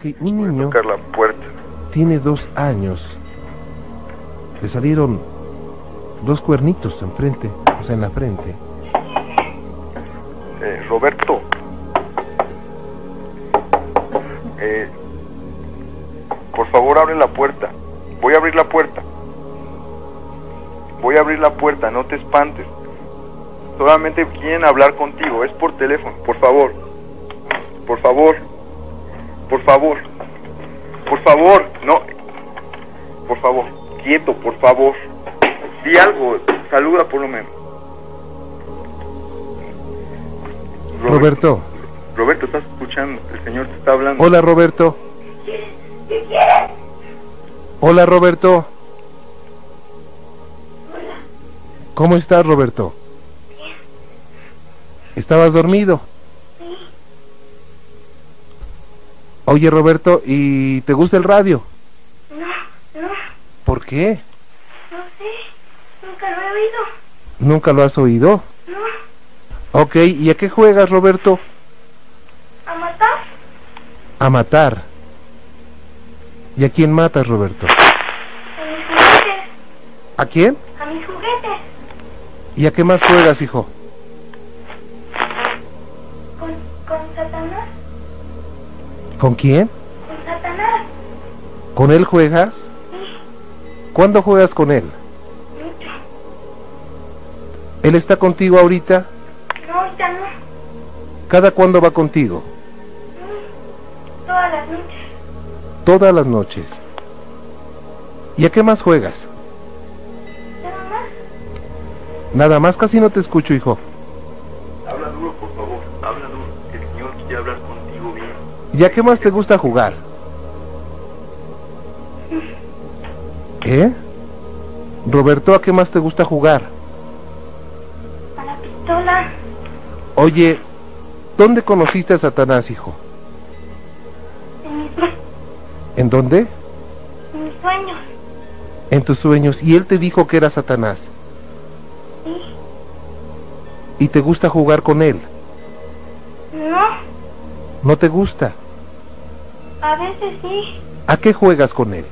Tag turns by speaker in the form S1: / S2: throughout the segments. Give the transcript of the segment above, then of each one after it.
S1: que mi niño
S2: tocar la puerta.
S1: tiene dos años. Le salieron dos cuernitos enfrente, o sea, en la frente.
S2: Eh, Roberto. Eh, por favor, abre la puerta. Voy a abrir la puerta. Voy a abrir la puerta, no te espantes. Solamente quieren hablar contigo, es por teléfono, por favor. Por favor. Por favor. Por favor, no. Por favor, quieto, por favor. Di algo, saluda por lo menos.
S1: Roberto.
S2: Roberto, estás escuchando, el señor te está hablando.
S1: Hola, Roberto. Hola, Roberto. ¿Cómo estás, Roberto? ¿Estabas dormido? Oye, Roberto, ¿y te gusta el radio?
S3: No, no,
S1: ¿Por qué?
S3: no sé. Nunca lo he oído.
S1: ¿Nunca lo has oído?
S3: No.
S1: Ok, ¿y a qué juegas, Roberto?
S3: ¿A matar?
S1: A matar. ¿Y a quién matas, Roberto?
S3: A mis juguetes.
S1: ¿A quién?
S3: A mis juguetes.
S1: ¿Y a qué más juegas, hijo?
S3: Con, con Satanás.
S1: ¿Con quién?
S3: Con Satanás.
S1: ¿Con él juegas? ¿Cuándo juegas con él?
S3: Mucho.
S1: ¿Él está contigo ahorita?
S3: No, ahorita no.
S1: ¿Cada cuándo va contigo?
S3: Mm. Todas las noches.
S1: Todas las noches. ¿Y a qué más juegas?
S3: Nada más.
S1: Nada más casi no te escucho, hijo.
S2: Habla duro, por favor. Habla duro. El señor quiere hablar contigo bien.
S1: ¿Y a qué más te gusta jugar? ¿Eh? Roberto, ¿a qué más te gusta jugar?
S3: A la pistola.
S1: Oye, ¿dónde conociste a Satanás, hijo?
S3: En mis,
S1: ¿En dónde?
S3: en mis sueños.
S1: En tus sueños. Y él te dijo que era Satanás.
S3: Sí.
S1: Y te gusta jugar con él.
S3: No.
S1: ¿No te gusta?
S3: A veces sí.
S1: ¿A qué juegas con él?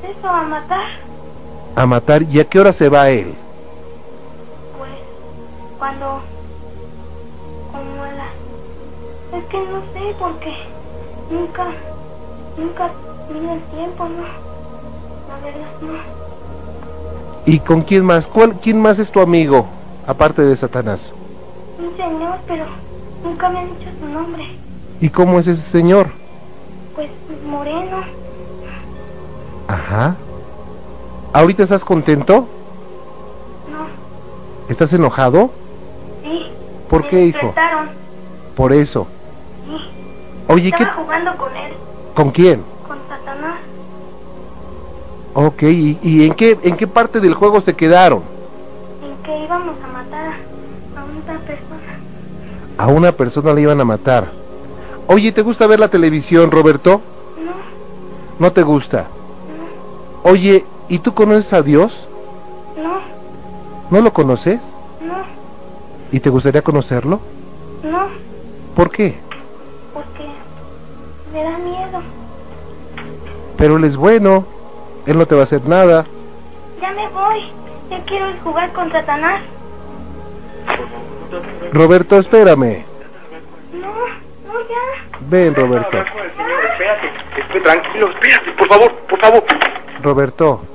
S3: Pues eso, a matar.
S1: ¿A matar? ¿Y a qué hora se va él?
S3: Pues cuando... Como a la... Es que no sé porque nunca... Nunca miro el tiempo, ¿no? La verdad, no.
S1: ¿Y con quién más? ¿Cuál, ¿Quién más es tu amigo? Aparte de Satanás.
S3: Un señor, pero nunca me han dicho su nombre.
S1: ¿Y cómo es ese señor?
S3: Pues moreno.
S1: Ajá. ¿Ahorita estás contento?
S3: No,
S1: ¿Estás enojado?
S3: sí.
S1: ¿Por
S3: me
S1: qué, hijo?
S3: despertaron,
S1: Por eso.
S3: sí.
S1: Oye, ¿qué,
S3: Estaba jugando con él,
S1: ¿con quién?
S3: con Satanás.
S1: Ok, ¿y, y en, qué, en qué parte del juego se quedaron?
S3: En que íbamos a matar a a una persona.
S1: A una persona le iban a matar. Oye, ¿te gusta ver la televisión, Roberto?
S3: No,
S1: No te gusta. Oye, ¿y tú conoces a Dios?
S3: no,
S1: ¿No lo conoces?
S3: no,
S1: ¿Y te gustaría conocerlo?
S3: no,
S1: ¿Por qué?
S3: porque me da miedo.
S1: Pero él es bueno. Él no te va a hacer nada.
S3: Ya me voy. Yo quiero ir a jugar con Satanás.
S1: Roberto, espérame.
S3: No, no, ya.
S1: Ven, Roberto.
S2: Espérate, espérate, tranquilo, espérate, por favor, por favor.
S1: Roberto.